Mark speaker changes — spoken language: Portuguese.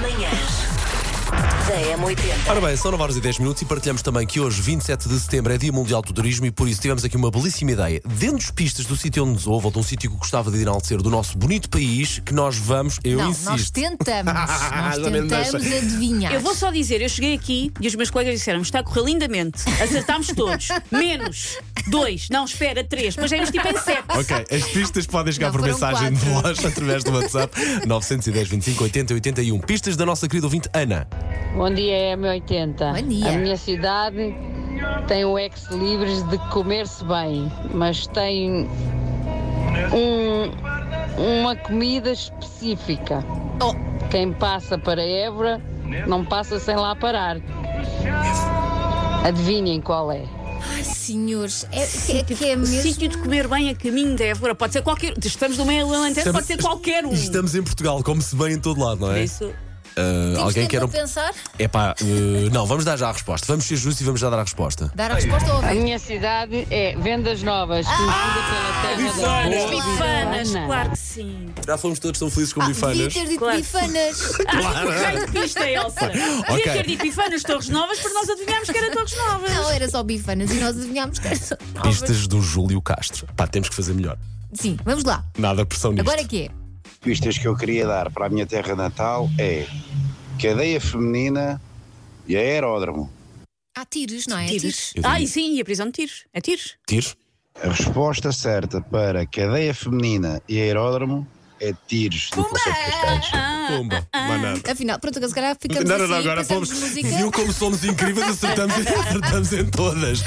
Speaker 1: Manhãs da M80.
Speaker 2: Ora bem, são 9 horas e 10 minutos e partilhamos também que hoje, 27 de setembro, é Dia Mundial do Turismo e por isso tivemos aqui uma belíssima ideia. Dentro dos pistas do sítio onde nos ouve, ou de um sítio que gostava de enaltecer do nosso bonito país, que nós vamos, eu
Speaker 3: Não, nós
Speaker 2: insisto.
Speaker 3: tentamos. Nós
Speaker 4: Já me
Speaker 3: tentamos
Speaker 4: deixa.
Speaker 3: adivinhar.
Speaker 5: Eu vou só dizer, eu cheguei aqui e os meus colegas disseram está a correr lindamente, acertámos todos, menos dois, não, espera, três, mas éramos tipo em sete.
Speaker 2: Ok, as pistas podem chegar
Speaker 3: Não,
Speaker 2: por
Speaker 3: foram
Speaker 2: mensagem de
Speaker 3: quatro.
Speaker 2: voz através do WhatsApp 910 25 80 81. Pistas da nossa querida ouvinte Ana.
Speaker 6: Bom dia, M80.
Speaker 3: Bom dia.
Speaker 6: A minha cidade tem o ex libres de comer-se bem, mas tem um- uma comida específica.
Speaker 3: Oh.
Speaker 6: Quem passa para Évora não passa sem lá parar. Adivinhem qual é?
Speaker 3: Ai, senhores, é, que, é, que é mesmo.
Speaker 5: Sítio de comer bem a caminho da Évora, pode ser qualquer, estamos no meio da
Speaker 2: é-
Speaker 5: lanterna, pode ser qualquer
Speaker 3: Hum.
Speaker 5: um.
Speaker 2: Estamos em Portugal, come-se bem em todo lado, não
Speaker 5: Por
Speaker 2: é?
Speaker 5: Isso.
Speaker 2: Ah,
Speaker 3: Temos
Speaker 2: alguém
Speaker 3: tempo
Speaker 2: quer
Speaker 3: a
Speaker 2: um.
Speaker 3: pensar?
Speaker 2: Epá, eh, não, vamos dar já a resposta. Vamos ser justos e vamos já dar a resposta.
Speaker 3: Dar a resposta ao
Speaker 6: A
Speaker 3: ouvinte.
Speaker 6: minha cidade é Vendas Novas, conhecida
Speaker 3: Ah,
Speaker 6: pela terra
Speaker 2: Bifanas.
Speaker 6: da boa
Speaker 5: Bifanas,
Speaker 6: bifana.
Speaker 5: claro que sim.
Speaker 2: Já fomos todos tão felizes com
Speaker 3: Ah, devia
Speaker 2: bifanas.
Speaker 3: ter dito
Speaker 5: Claro.
Speaker 3: bifanas.
Speaker 5: Claro. Rei de pista, é Elsa.
Speaker 2: Ok.
Speaker 5: Devia ter dito bifanas, Torres Novas, para nós adivinharmos que era Torres Novas.
Speaker 3: Não, era só bifanas e nós adivinhámos que era só novas.
Speaker 2: Pistas do Júlio Castro. Pá, temos que fazer melhor.
Speaker 3: Sim, vamos lá.
Speaker 2: Nada de pressão nisto.
Speaker 3: Agora que é?
Speaker 7: pistas que eu queria dar para a minha terra natal é cadeia feminina e aeródromo.
Speaker 3: Há tiros, não é?
Speaker 5: Tiros.
Speaker 2: Eu digo-
Speaker 5: Ah, e sim, e a prisão de tiros. É tiros.
Speaker 2: Tiros?
Speaker 7: A resposta certa para cadeia feminina e aeródromo é tiros do Conselho de Cascais.
Speaker 2: Pumba, mais nada.
Speaker 3: Afinal, pronto, agora Ah, ficamos
Speaker 2: Não, não,
Speaker 3: assim,
Speaker 2: não, agora
Speaker 3: passamos
Speaker 2: fomos.
Speaker 3: música.
Speaker 2: Viu como somos incríveis? Acertamos, acertamos em todas.